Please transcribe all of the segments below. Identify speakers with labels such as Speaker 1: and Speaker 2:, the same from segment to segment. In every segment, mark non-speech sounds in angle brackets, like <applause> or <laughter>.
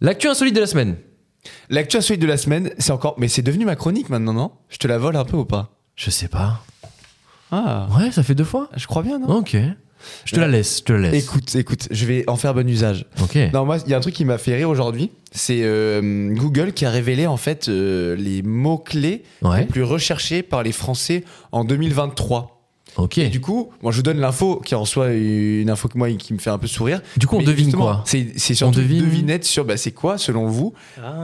Speaker 1: L'actu insolite de la semaine.
Speaker 2: L'actu insolite de la semaine, c'est encore. Mais c'est devenu ma chronique maintenant, non Je te la vole un peu ou pas
Speaker 1: Je sais pas.
Speaker 2: Ah,
Speaker 1: Ouais, ça fait deux fois.
Speaker 2: je crois bien, non
Speaker 1: Ok. Je te la laisse, je te la laisse.
Speaker 2: Écoute, écoute, je vais en faire bon usage.
Speaker 1: Ok.
Speaker 2: Non, moi, il y a un truc qui m'a fait rire aujourd'hui. C'est euh, Google qui a révélé en fait euh, les mots-clés les
Speaker 1: Ouais.
Speaker 2: plus recherchés par les Français en 2023.
Speaker 1: Ok.
Speaker 2: Et du coup, moi, je vous donne l'info qui est en soit une info que moi qui me fait un peu sourire.
Speaker 1: Du coup, on
Speaker 2: Mais
Speaker 1: devine
Speaker 2: justement,
Speaker 1: quoi
Speaker 2: C'est c'est surtout
Speaker 1: On devine-
Speaker 2: une devinette sur bah, c'est quoi selon vous.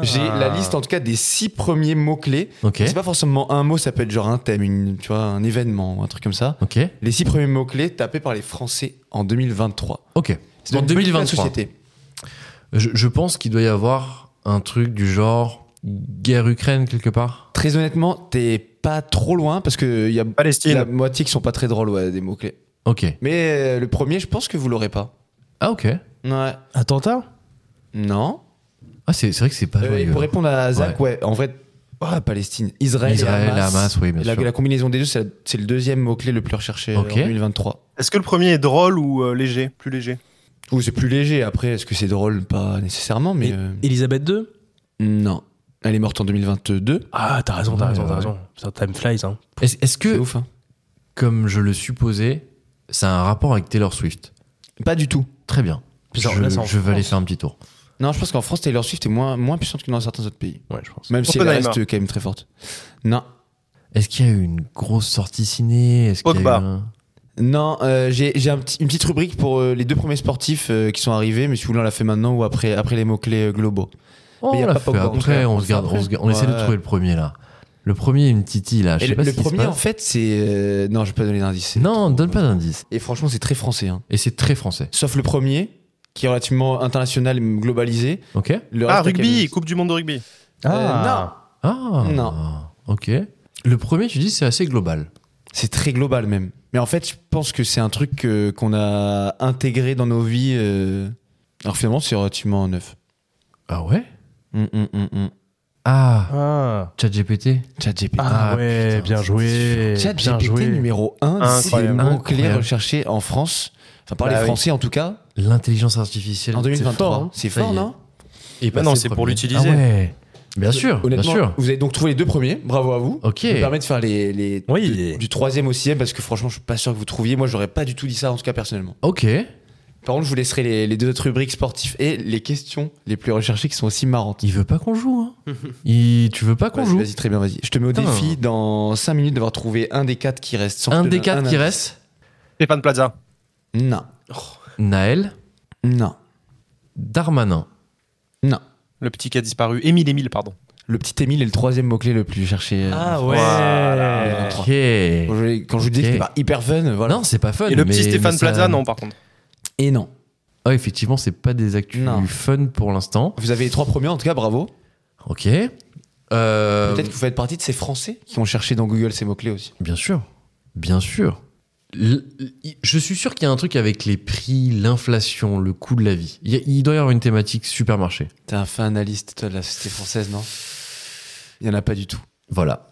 Speaker 2: J'ai la liste en tout cas des six premiers mots clés.
Speaker 1: Ok.
Speaker 2: C'est pas forcément un mot, ça peut être genre un thème, une, tu vois, un événement, un truc comme ça.
Speaker 1: Ok.
Speaker 2: Les six premiers mots clés tapés par les Français en 2023.
Speaker 1: Ok.
Speaker 2: C'est
Speaker 1: En
Speaker 2: une petite
Speaker 1: 2023.
Speaker 2: société.
Speaker 1: Je, je pense qu'il doit y avoir un truc du genre guerre Ukraine quelque part.
Speaker 2: Très honnêtement, t'es pas trop loin parce que il y a la
Speaker 3: Palestine.
Speaker 2: moitié qui sont pas très drôles ouais, des mots clés.
Speaker 1: Ok.
Speaker 2: Mais euh, le premier, je pense que vous l'aurez pas.
Speaker 1: Ah ok.
Speaker 2: Ouais.
Speaker 3: Attentat
Speaker 2: Non.
Speaker 1: Ah c'est c'est vrai que c'est pas
Speaker 2: Euh, et
Speaker 1: joyeux.
Speaker 2: pour répondre à Zach, ouais, en vrai, ah, Palestine, Israël,
Speaker 1: Israël,
Speaker 2: et Hamas.
Speaker 1: Hamas, oui, bien
Speaker 2: la,
Speaker 1: sûr.
Speaker 2: la combinaison des deux, c'est la- c'est le deuxième mot-clé le plus recherché euh,
Speaker 1: Ok.
Speaker 2: en 2023.
Speaker 3: Est-ce que le premier est drôle ou euh, léger Plus léger.
Speaker 2: Ou c'est plus léger, après, est-ce que c'est drôle Pas nécessairement, mais. euh,
Speaker 4: Elisabeth II
Speaker 2: non. Elle est morte en 2022.
Speaker 4: Ah, t'as raison, t'as
Speaker 1: Ouais,
Speaker 4: raison,
Speaker 1: ouais.
Speaker 4: t'as raison. Putain, time flies, hein.
Speaker 1: Est-ce est-ce
Speaker 2: C'est
Speaker 1: que
Speaker 2: ouf, hein.
Speaker 1: comme je le supposais, ça a un rapport avec Taylor Swift
Speaker 2: Pas du tout.
Speaker 1: Très bien.
Speaker 4: Putain,
Speaker 1: je
Speaker 4: là, c'est en
Speaker 1: je vais aller
Speaker 4: France.
Speaker 1: faire un petit tour.
Speaker 2: Non, je pense qu'en France, Taylor Swift est moins, moins puissante que dans certains autres pays.
Speaker 4: Ouais, je pense.
Speaker 2: Même si elle
Speaker 3: Oppenheimer.
Speaker 2: reste quand même très forte. Non.
Speaker 1: Est-ce qu'il y a eu une grosse sortie ciné Est-ce qu'il y a eu
Speaker 3: Pogba.
Speaker 1: un-
Speaker 2: Non, euh, j'ai j'ai un petit- une petite rubrique pour euh, les deux premiers sportifs euh, qui sont arrivés, mais si vous voulez, on la fait maintenant ou après, après les mots-clés euh, globaux.
Speaker 1: Oh,
Speaker 2: Mais y a
Speaker 1: on l'a
Speaker 2: pas
Speaker 1: fait
Speaker 2: Pogba, on
Speaker 1: après,
Speaker 2: fait-
Speaker 1: on,
Speaker 2: on
Speaker 1: se
Speaker 2: fait
Speaker 1: garde,
Speaker 2: après.
Speaker 1: on, se garde- on essaie de
Speaker 2: Ouais.
Speaker 1: trouver le premier là. Le premier, une titille là. Je
Speaker 2: Et
Speaker 1: sais
Speaker 2: le,
Speaker 1: pas
Speaker 2: le
Speaker 1: ce qui se
Speaker 2: premier, en
Speaker 1: passe.
Speaker 2: fait, c'est. euh, non, je vais pas donner d'indice.
Speaker 1: Non, donne pas d'indice.
Speaker 2: Et franchement, c'est très français. hein.
Speaker 1: Et c'est très français.
Speaker 2: Sauf le premier, qui est relativement international et globalisé.
Speaker 1: Ok.
Speaker 2: Le
Speaker 3: Ah,
Speaker 2: reste, quand
Speaker 3: rugby,
Speaker 2: même-
Speaker 3: Coupe du Monde de rugby.
Speaker 2: Ah.
Speaker 1: Ah.
Speaker 2: Non.
Speaker 1: Ok. Le premier, tu dis, c'est assez global.
Speaker 2: C'est très global même. Mais en fait, je pense que c'est un truc euh, qu'on a intégré dans nos vies. euh, Alors finalement, c'est relativement neuf.
Speaker 1: Ah ouais
Speaker 2: Hum, hum, hum, hum.
Speaker 1: Ah.
Speaker 4: Ah,
Speaker 1: ChatGPT.
Speaker 2: ChatGPT.
Speaker 4: ah,
Speaker 1: Ah,
Speaker 4: ouais,
Speaker 1: putain,
Speaker 4: bien joué. bien
Speaker 2: ChatGPT
Speaker 4: joué.
Speaker 2: numéro 1, c'est le
Speaker 3: Incroyable.
Speaker 2: mot-clé
Speaker 1: Incroyable.
Speaker 2: recherché en France. Enfin, par
Speaker 3: Bah
Speaker 2: les
Speaker 3: oui.
Speaker 2: Français en tout cas,
Speaker 1: L'intelligence artificielle.
Speaker 2: en
Speaker 1: c'est
Speaker 2: 2023.
Speaker 1: hein.
Speaker 2: C'est
Speaker 1: Ça y
Speaker 2: fort,
Speaker 1: est.
Speaker 2: non
Speaker 1: Et
Speaker 3: Bah non,
Speaker 1: passer
Speaker 3: c'est
Speaker 1: premier.
Speaker 3: pour l'utiliser.
Speaker 1: Ah ouais. Bien sûr. Bien
Speaker 2: Honnêtement,
Speaker 1: sûr.
Speaker 2: vous avez donc trouvé les deux premiers. Bravo à vous.
Speaker 1: Ok.
Speaker 2: Ça me permet de faire les, les
Speaker 4: Oui.
Speaker 2: de- du troisième au sixième parce que franchement, je suis pas sûr que vous trouviez. Moi, j'aurais pas du tout dit ça en tout cas personnellement.
Speaker 1: Ok.
Speaker 2: Par contre, je vous laisserai les, les deux autres rubriques sportives et les questions les plus recherchées qui sont aussi marrantes.
Speaker 1: Il veut pas qu'on joue.
Speaker 2: <laughs>
Speaker 1: Hein. Il... Tu veux pas qu'on
Speaker 2: Vas-y,
Speaker 1: joue
Speaker 2: Vas-y, très bien, vas-y. Je te mets au
Speaker 1: Putain.
Speaker 2: défi dans 5 minutes d'avoir trouvé un des quatre qui reste. sans
Speaker 1: Un
Speaker 2: te
Speaker 1: des
Speaker 2: donner
Speaker 1: quatre qui
Speaker 2: indice.
Speaker 1: reste
Speaker 3: Stéphane Plaza.
Speaker 2: Non,
Speaker 1: Naël
Speaker 2: non,
Speaker 1: Darmanin.
Speaker 2: non.
Speaker 3: Le petit qui a disparu. Émile, Émile, pardon.
Speaker 2: Le petit Émile est le troisième mot-clé le plus cherché. euh,
Speaker 4: Ah
Speaker 2: en
Speaker 4: ouais.
Speaker 2: Voilà.
Speaker 1: Ok.
Speaker 2: Quand je, quand je vous dis que
Speaker 1: Ok.
Speaker 2: c'était pas hyper fun, voilà.
Speaker 1: Non, c'est pas fun.
Speaker 3: Et le
Speaker 1: mais-
Speaker 3: petit Stéphane
Speaker 1: mais ça-
Speaker 3: Plaza, non, par contre.
Speaker 2: Et non.
Speaker 1: Ah, effectivement, c'est pas des actus
Speaker 2: Non.
Speaker 1: fun pour l'instant.
Speaker 2: Vous avez les trois premiers, en tout cas, bravo.
Speaker 1: Ok. Euh,
Speaker 2: Peut-être que vous faites partie de ces Français qui ont cherché dans Google ces mots-clés aussi.
Speaker 1: Bien sûr. Bien sûr. L- l- Je suis sûr qu'il y a un truc avec les prix, l'inflation, le coût de la vie. Il y a- il doit y avoir une thématique supermarché.
Speaker 2: T'es un fin analyste, toi, de la société française, non Il y en a pas du tout. <laughs>
Speaker 1: Voilà.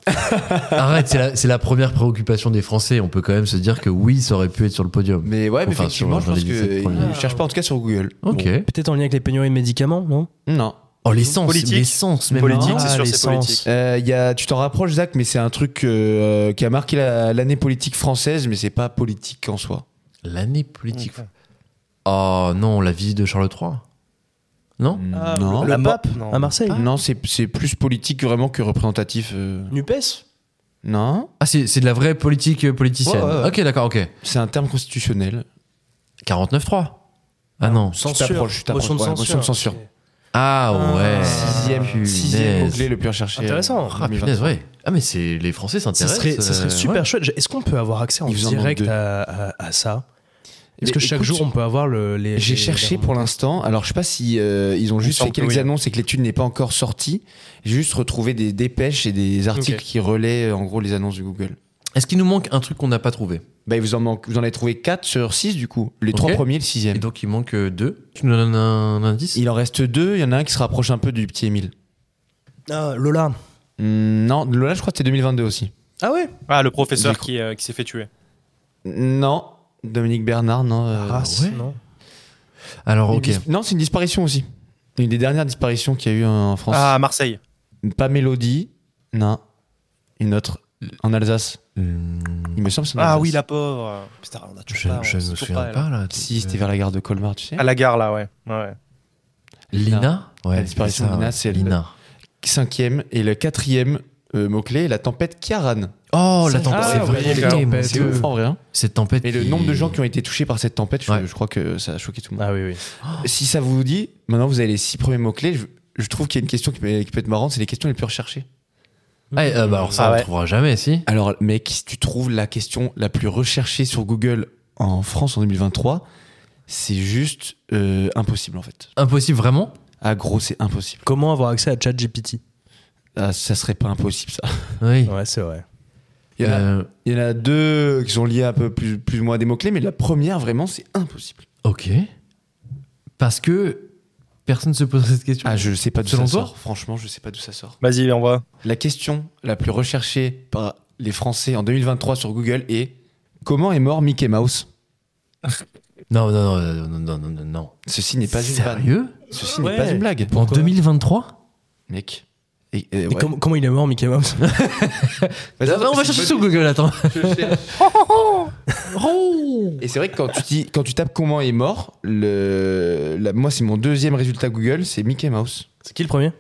Speaker 1: Arrête, c'est la, c'est la première préoccupation des Français. On peut quand même se dire que oui, ça aurait pu être sur le podium.
Speaker 2: Mais ouais, mais
Speaker 1: Enfin,
Speaker 2: effectivement,
Speaker 1: sur-
Speaker 2: je pense
Speaker 1: dans les 17 premiers.
Speaker 2: qu'ils ne cherchent pas, en tout cas, sur Google.
Speaker 1: Ok.
Speaker 4: Peut-être en lien avec les pénuries de médicaments, non
Speaker 2: Non.
Speaker 1: Oh, l'essence,
Speaker 3: Politique.
Speaker 1: l'essence même.
Speaker 3: Politique,
Speaker 1: hein.
Speaker 3: c'est
Speaker 4: Ah,
Speaker 3: sûr,
Speaker 4: les
Speaker 3: c'est
Speaker 4: sens.
Speaker 3: politique.
Speaker 2: Euh, il y a, tu t'en rapproches, Zach, mais c'est un truc euh, qui a marqué la- l'année politique française, mais c'est pas politique en soi.
Speaker 1: L'année politique. Oh non, la visite de Charles III. Non
Speaker 4: Hmm.
Speaker 2: non.
Speaker 3: La
Speaker 4: Le
Speaker 3: mo-
Speaker 4: pape
Speaker 3: Ah, non.
Speaker 4: à Marseille
Speaker 2: Non, c'est c'est plus politique vraiment que représentatif. euh.
Speaker 4: Nupes
Speaker 2: Non,
Speaker 1: Ah, c'est c'est de la vraie politique euh, politicienne.
Speaker 2: Ouais, ouais, ouais.
Speaker 1: Ok, d'accord, ok.
Speaker 2: c'est un terme constitutionnel.
Speaker 1: 49-3. Ah non.
Speaker 2: Censure. t'approches, tu t'approches,
Speaker 4: Motion de
Speaker 2: ouais,
Speaker 4: censure.
Speaker 2: motion de censure. Euh,
Speaker 4: Ok.
Speaker 1: Ah
Speaker 4: Ah.
Speaker 1: ouais.
Speaker 2: Sixième,
Speaker 1: Punaise.
Speaker 2: sixième mot-clé le plus recherché.
Speaker 4: Intéressant.
Speaker 2: en
Speaker 1: Ah punaise,
Speaker 2: 2023.
Speaker 1: ouais. Ah mais c'est les Français
Speaker 4: Ça
Speaker 1: s'intéressent.
Speaker 4: serait, ça
Speaker 1: euh,
Speaker 4: serait super
Speaker 1: ouais.
Speaker 4: chouette. Est-ce qu'on peut avoir accès en
Speaker 2: Il vous en manque
Speaker 4: direct
Speaker 2: deux.
Speaker 4: à, à- à ça
Speaker 2: Mais
Speaker 4: Est-ce que chaque
Speaker 2: écoute,
Speaker 4: jour on peut avoir le, les.
Speaker 2: J'ai
Speaker 4: les-
Speaker 2: cherché
Speaker 4: les-
Speaker 2: pour l'instant. Alors, je sais pas si euh, ils ont juste
Speaker 3: semble
Speaker 2: fait
Speaker 3: que
Speaker 2: quelques
Speaker 3: oui.
Speaker 2: annonces et que l'étude n'est pas encore sortie. J'ai juste retrouvé des dépêches et des articles
Speaker 4: Ok.
Speaker 2: qui relaient euh, en gros les annonces de Google.
Speaker 1: Est-ce qu'il nous manque un truc qu'on n'a pas trouvé
Speaker 2: Bah, il vous en manque, vous en avez trouvé 4 sur 6 du coup. Les
Speaker 1: Ok.
Speaker 2: trois premiers, le
Speaker 1: Et
Speaker 2: sixième.
Speaker 1: donc il manque euh, deux. Tu nous donnes un indice
Speaker 2: Il en reste deux. Il y en a un qui se rapproche un peu du petit Émile.
Speaker 4: Ah, Lola.
Speaker 2: Hmm, non, Lola, je crois que c'est 2022 aussi.
Speaker 4: Ah ouais
Speaker 3: Ah, le professeur
Speaker 2: J'ai cru-
Speaker 3: qui, euh, qui s'est fait tuer.
Speaker 2: Non, Dominique Bernard, non. euh,
Speaker 4: Race,
Speaker 1: ouais.
Speaker 4: Ah, non
Speaker 1: Alors
Speaker 2: une
Speaker 1: ok.
Speaker 2: dis- Non, c'est une disparition aussi. Une des dernières disparitions qu'il y a eu en France.
Speaker 3: Ah, Marseille.
Speaker 2: Pas Mélodie, non. Une autre, en Alsace.
Speaker 1: Hum,
Speaker 2: Il me semble que c'est en
Speaker 3: Ah
Speaker 2: Alsace.
Speaker 3: oui, la pauvre. Putain, on
Speaker 2: Ah,
Speaker 3: a toujours
Speaker 1: je
Speaker 3: pas. on
Speaker 1: je
Speaker 3: sait
Speaker 1: me
Speaker 3: toujours
Speaker 1: souviens
Speaker 3: pas,
Speaker 1: pas,
Speaker 3: elle.
Speaker 1: là. Euh,
Speaker 2: Si, c'était vers Ah, la gare de Colmar, tu sais.
Speaker 3: À la gare, là, ouais. ouais.
Speaker 1: Lina ouais,
Speaker 2: La disparition
Speaker 1: c'est
Speaker 2: de Lina,
Speaker 1: ouais.
Speaker 2: c'est le-
Speaker 1: Lina.
Speaker 2: Cinquième. Et le quatrième euh, mot-clé est la tempête Kiaran.
Speaker 1: Oh, la
Speaker 4: Ah,
Speaker 1: tempête.
Speaker 3: ouais,
Speaker 1: c'est
Speaker 3: ouais,
Speaker 1: vrai,
Speaker 3: les gars.
Speaker 1: mais
Speaker 4: Tempête,
Speaker 1: c'est
Speaker 2: C'est ouf
Speaker 1: ouf.
Speaker 2: en vrai. hein.
Speaker 1: Cette tempête.
Speaker 2: Et le
Speaker 1: qui-
Speaker 2: nombre de gens qui ont été touchés par cette tempête, je,
Speaker 1: Ouais.
Speaker 2: je crois que ça a choqué tout le monde.
Speaker 4: Ah oui, oui.
Speaker 2: Si ça vous dit, maintenant vous avez les six premiers mots-clés. Je, je trouve qu'il y a une question qui, peut- qui peut être marrante, c'est les questions les plus recherchées.
Speaker 1: Ah, euh, bah, alors ça,
Speaker 3: Ah
Speaker 1: on
Speaker 3: ouais.
Speaker 1: le trouvera jamais, si.
Speaker 2: Alors, mec, si tu trouves la question la plus recherchée sur Google en France en 2023, c'est juste euh, impossible en fait.
Speaker 1: Impossible, vraiment
Speaker 2: Ah, gros, c'est impossible.
Speaker 4: Comment avoir accès à ChatGPT
Speaker 2: Ah, ça serait pas impossible ça.
Speaker 1: Oui.
Speaker 4: Ouais, c'est vrai.
Speaker 2: Il y, en a,
Speaker 1: Euh,
Speaker 2: il y en a deux qui sont liés un peu plus, plus ou moins à des mots-clés, mais la première, vraiment, c'est impossible.
Speaker 1: ok. Parce que personne ne se pose cette question.
Speaker 2: Ah, je sais pas d'où
Speaker 1: Selon
Speaker 2: ça
Speaker 1: toi
Speaker 2: sort. Franchement, je sais pas d'où ça sort.
Speaker 3: Vas-y, on voit.
Speaker 2: La question la plus recherchée par les Français en 2023 sur Google est Comment est mort Mickey Mouse
Speaker 1: Non, non, non, non, non, non, non, non.
Speaker 2: Ceci n'est pas une blague.
Speaker 1: Sérieux
Speaker 2: Ceci
Speaker 4: Ouais.
Speaker 2: n'est pas une blague,
Speaker 1: En 2023
Speaker 2: mec. Et, euh,
Speaker 4: Mais
Speaker 2: ouais.
Speaker 4: comment, comment il est mort, Mickey Mouse
Speaker 2: Bah,
Speaker 4: <laughs>
Speaker 2: ça,
Speaker 1: Non, Ah, On va
Speaker 2: c'est
Speaker 1: chercher
Speaker 2: une
Speaker 1: sur Google, attends.
Speaker 2: bonne- je <laughs> cherche.
Speaker 1: Oh
Speaker 2: Et c'est vrai que quand tu, dis, quand tu tapes Comment est mort, le, la- moi, c'est mon deuxième résultat Google, c'est Mickey Mouse.
Speaker 4: C'est qui le premier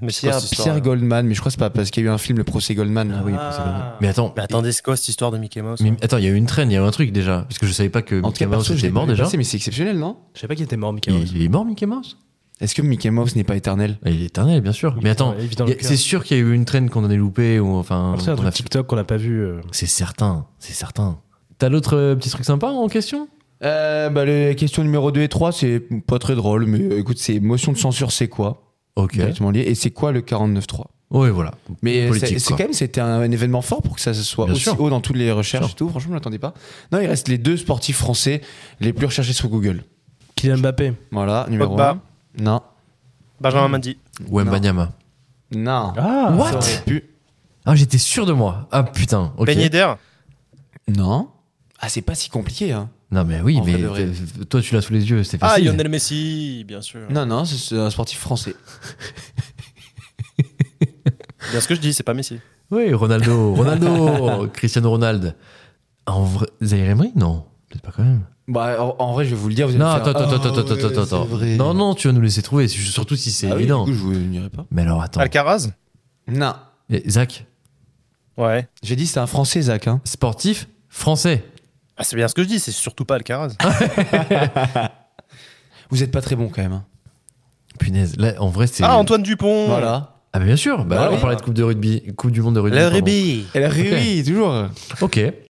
Speaker 3: Mais
Speaker 2: Pierre, Pierre Goldman, mais je crois que c'est pas parce qu'il y a eu un film, Le procès Goldman.
Speaker 1: Ah oui, c'est bon. Mais attends,
Speaker 4: Bah,
Speaker 3: Mais attendez, c'est quoi cette histoire de Mickey Mouse
Speaker 1: mais attends, il y a eu une traîne, il y a eu un truc déjà. Parce que je savais pas que
Speaker 2: En tout
Speaker 1: Mickey
Speaker 2: cas,
Speaker 1: Mouse
Speaker 2: perso, je
Speaker 1: était
Speaker 2: l'ai
Speaker 1: mort
Speaker 2: vu
Speaker 1: déjà.
Speaker 2: passer, mais c'est exceptionnel, non
Speaker 4: Je sais pas qu'il était mort, Mickey
Speaker 1: Il,
Speaker 4: Mouse.
Speaker 1: il est mort, Mickey Mouse
Speaker 2: Est-ce que Mickey Mouse n'est pas éternel
Speaker 1: Ah, Il est éternel, bien sûr. Mais attends,
Speaker 4: Il vit dans
Speaker 1: y
Speaker 4: le
Speaker 1: a-
Speaker 4: cœur.
Speaker 1: c'est sûr qu'il y a eu une traîne qu'on en est loupée ou enfin.
Speaker 4: Après, c'est un
Speaker 1: qu'on a
Speaker 4: truc
Speaker 1: fait-
Speaker 4: TikTok qu'on n'a pas vu. euh.
Speaker 1: C'est certain, c'est certain. T'as l'autre euh, petit truc sympa en question
Speaker 2: Euh, bah, les questions numéro 2 et 3, c'est pas très drôle, mais euh, écoute, c'est motion de censure, c'est quoi
Speaker 1: Ok.
Speaker 2: Directement lié. Et c'est quoi le 49.3
Speaker 1: Oui, voilà.
Speaker 2: Mais euh, c'est
Speaker 1: Politique,
Speaker 2: c'est
Speaker 1: quoi.
Speaker 2: quand même, c'était un, un événement fort pour que ça se soit
Speaker 1: Bien
Speaker 2: aussi
Speaker 1: sûr.
Speaker 2: haut dans toutes les
Speaker 1: Bien
Speaker 2: recherches
Speaker 1: sûr.
Speaker 2: et tout. Franchement, je l'attendais pas. Non, il reste les deux sportifs français les plus recherchés sur Google.
Speaker 4: Kylian Mbappé.
Speaker 2: Voilà, numéro
Speaker 3: Pogba.
Speaker 2: 1. Non.
Speaker 3: Benjamin Mendy.
Speaker 1: Wembanyama.
Speaker 2: Non.
Speaker 4: Ah
Speaker 1: What
Speaker 2: Ça aurait pu.
Speaker 1: Ah, j'étais sûr de moi. Ah putain, ok.
Speaker 3: Ben Yedder.
Speaker 2: Non. Ah, c'est pas si compliqué. Hein.
Speaker 1: Non, mais oui,
Speaker 2: En vrai
Speaker 1: mais
Speaker 2: de vrai.
Speaker 1: t- toi, tu l'as sous les yeux, c'est
Speaker 3: Ah,
Speaker 1: facile.
Speaker 3: Lionel Messi, bien sûr.
Speaker 2: Non, non, c'est- c'est un sportif français.
Speaker 3: Bien ce que je dis, c'est pas Messi.
Speaker 1: Oui,
Speaker 2: <laughs>
Speaker 1: Ronaldo, Ronaldo, Cristiano Ronaldo. En vrai, Zaire Emery Non, peut-être pas quand même.
Speaker 2: Bah, en, en vrai, je vais vous le dire. Vous allez
Speaker 1: Non,
Speaker 2: me faire,
Speaker 1: attends, attends,
Speaker 2: ah,
Speaker 1: attends,
Speaker 2: ouais,
Speaker 1: attends, attends,
Speaker 2: c'est
Speaker 1: attends.
Speaker 2: vrai.
Speaker 1: Non, non, tu vas nous laisser trouver, su- surtout si c'est
Speaker 2: Ah oui,
Speaker 1: évident.
Speaker 2: du coup, je vous n'irai pas.
Speaker 1: mais alors attends.
Speaker 3: Alcaraz
Speaker 2: Non.
Speaker 1: Eh, Zach,
Speaker 3: Ouais.
Speaker 2: J'ai dit, c'est un français, Zach. Hein.
Speaker 1: sportif français.
Speaker 3: Ah, c'est bien ce que je dis, c'est surtout pas Alcaraz.
Speaker 2: Vous êtes pas très bon quand même. hein.
Speaker 1: Punaise, là, en vrai, c'est.
Speaker 3: Ah, Antoine Dupont
Speaker 2: Voilà.
Speaker 1: Ah, mais bien sûr, bah,
Speaker 2: Bah
Speaker 1: on
Speaker 2: oui.
Speaker 1: parlait de Coupe de rugby, Coupe du monde de rugby.
Speaker 3: Le
Speaker 1: pardon.
Speaker 3: rugby
Speaker 2: Elle a toujours.
Speaker 1: Ok,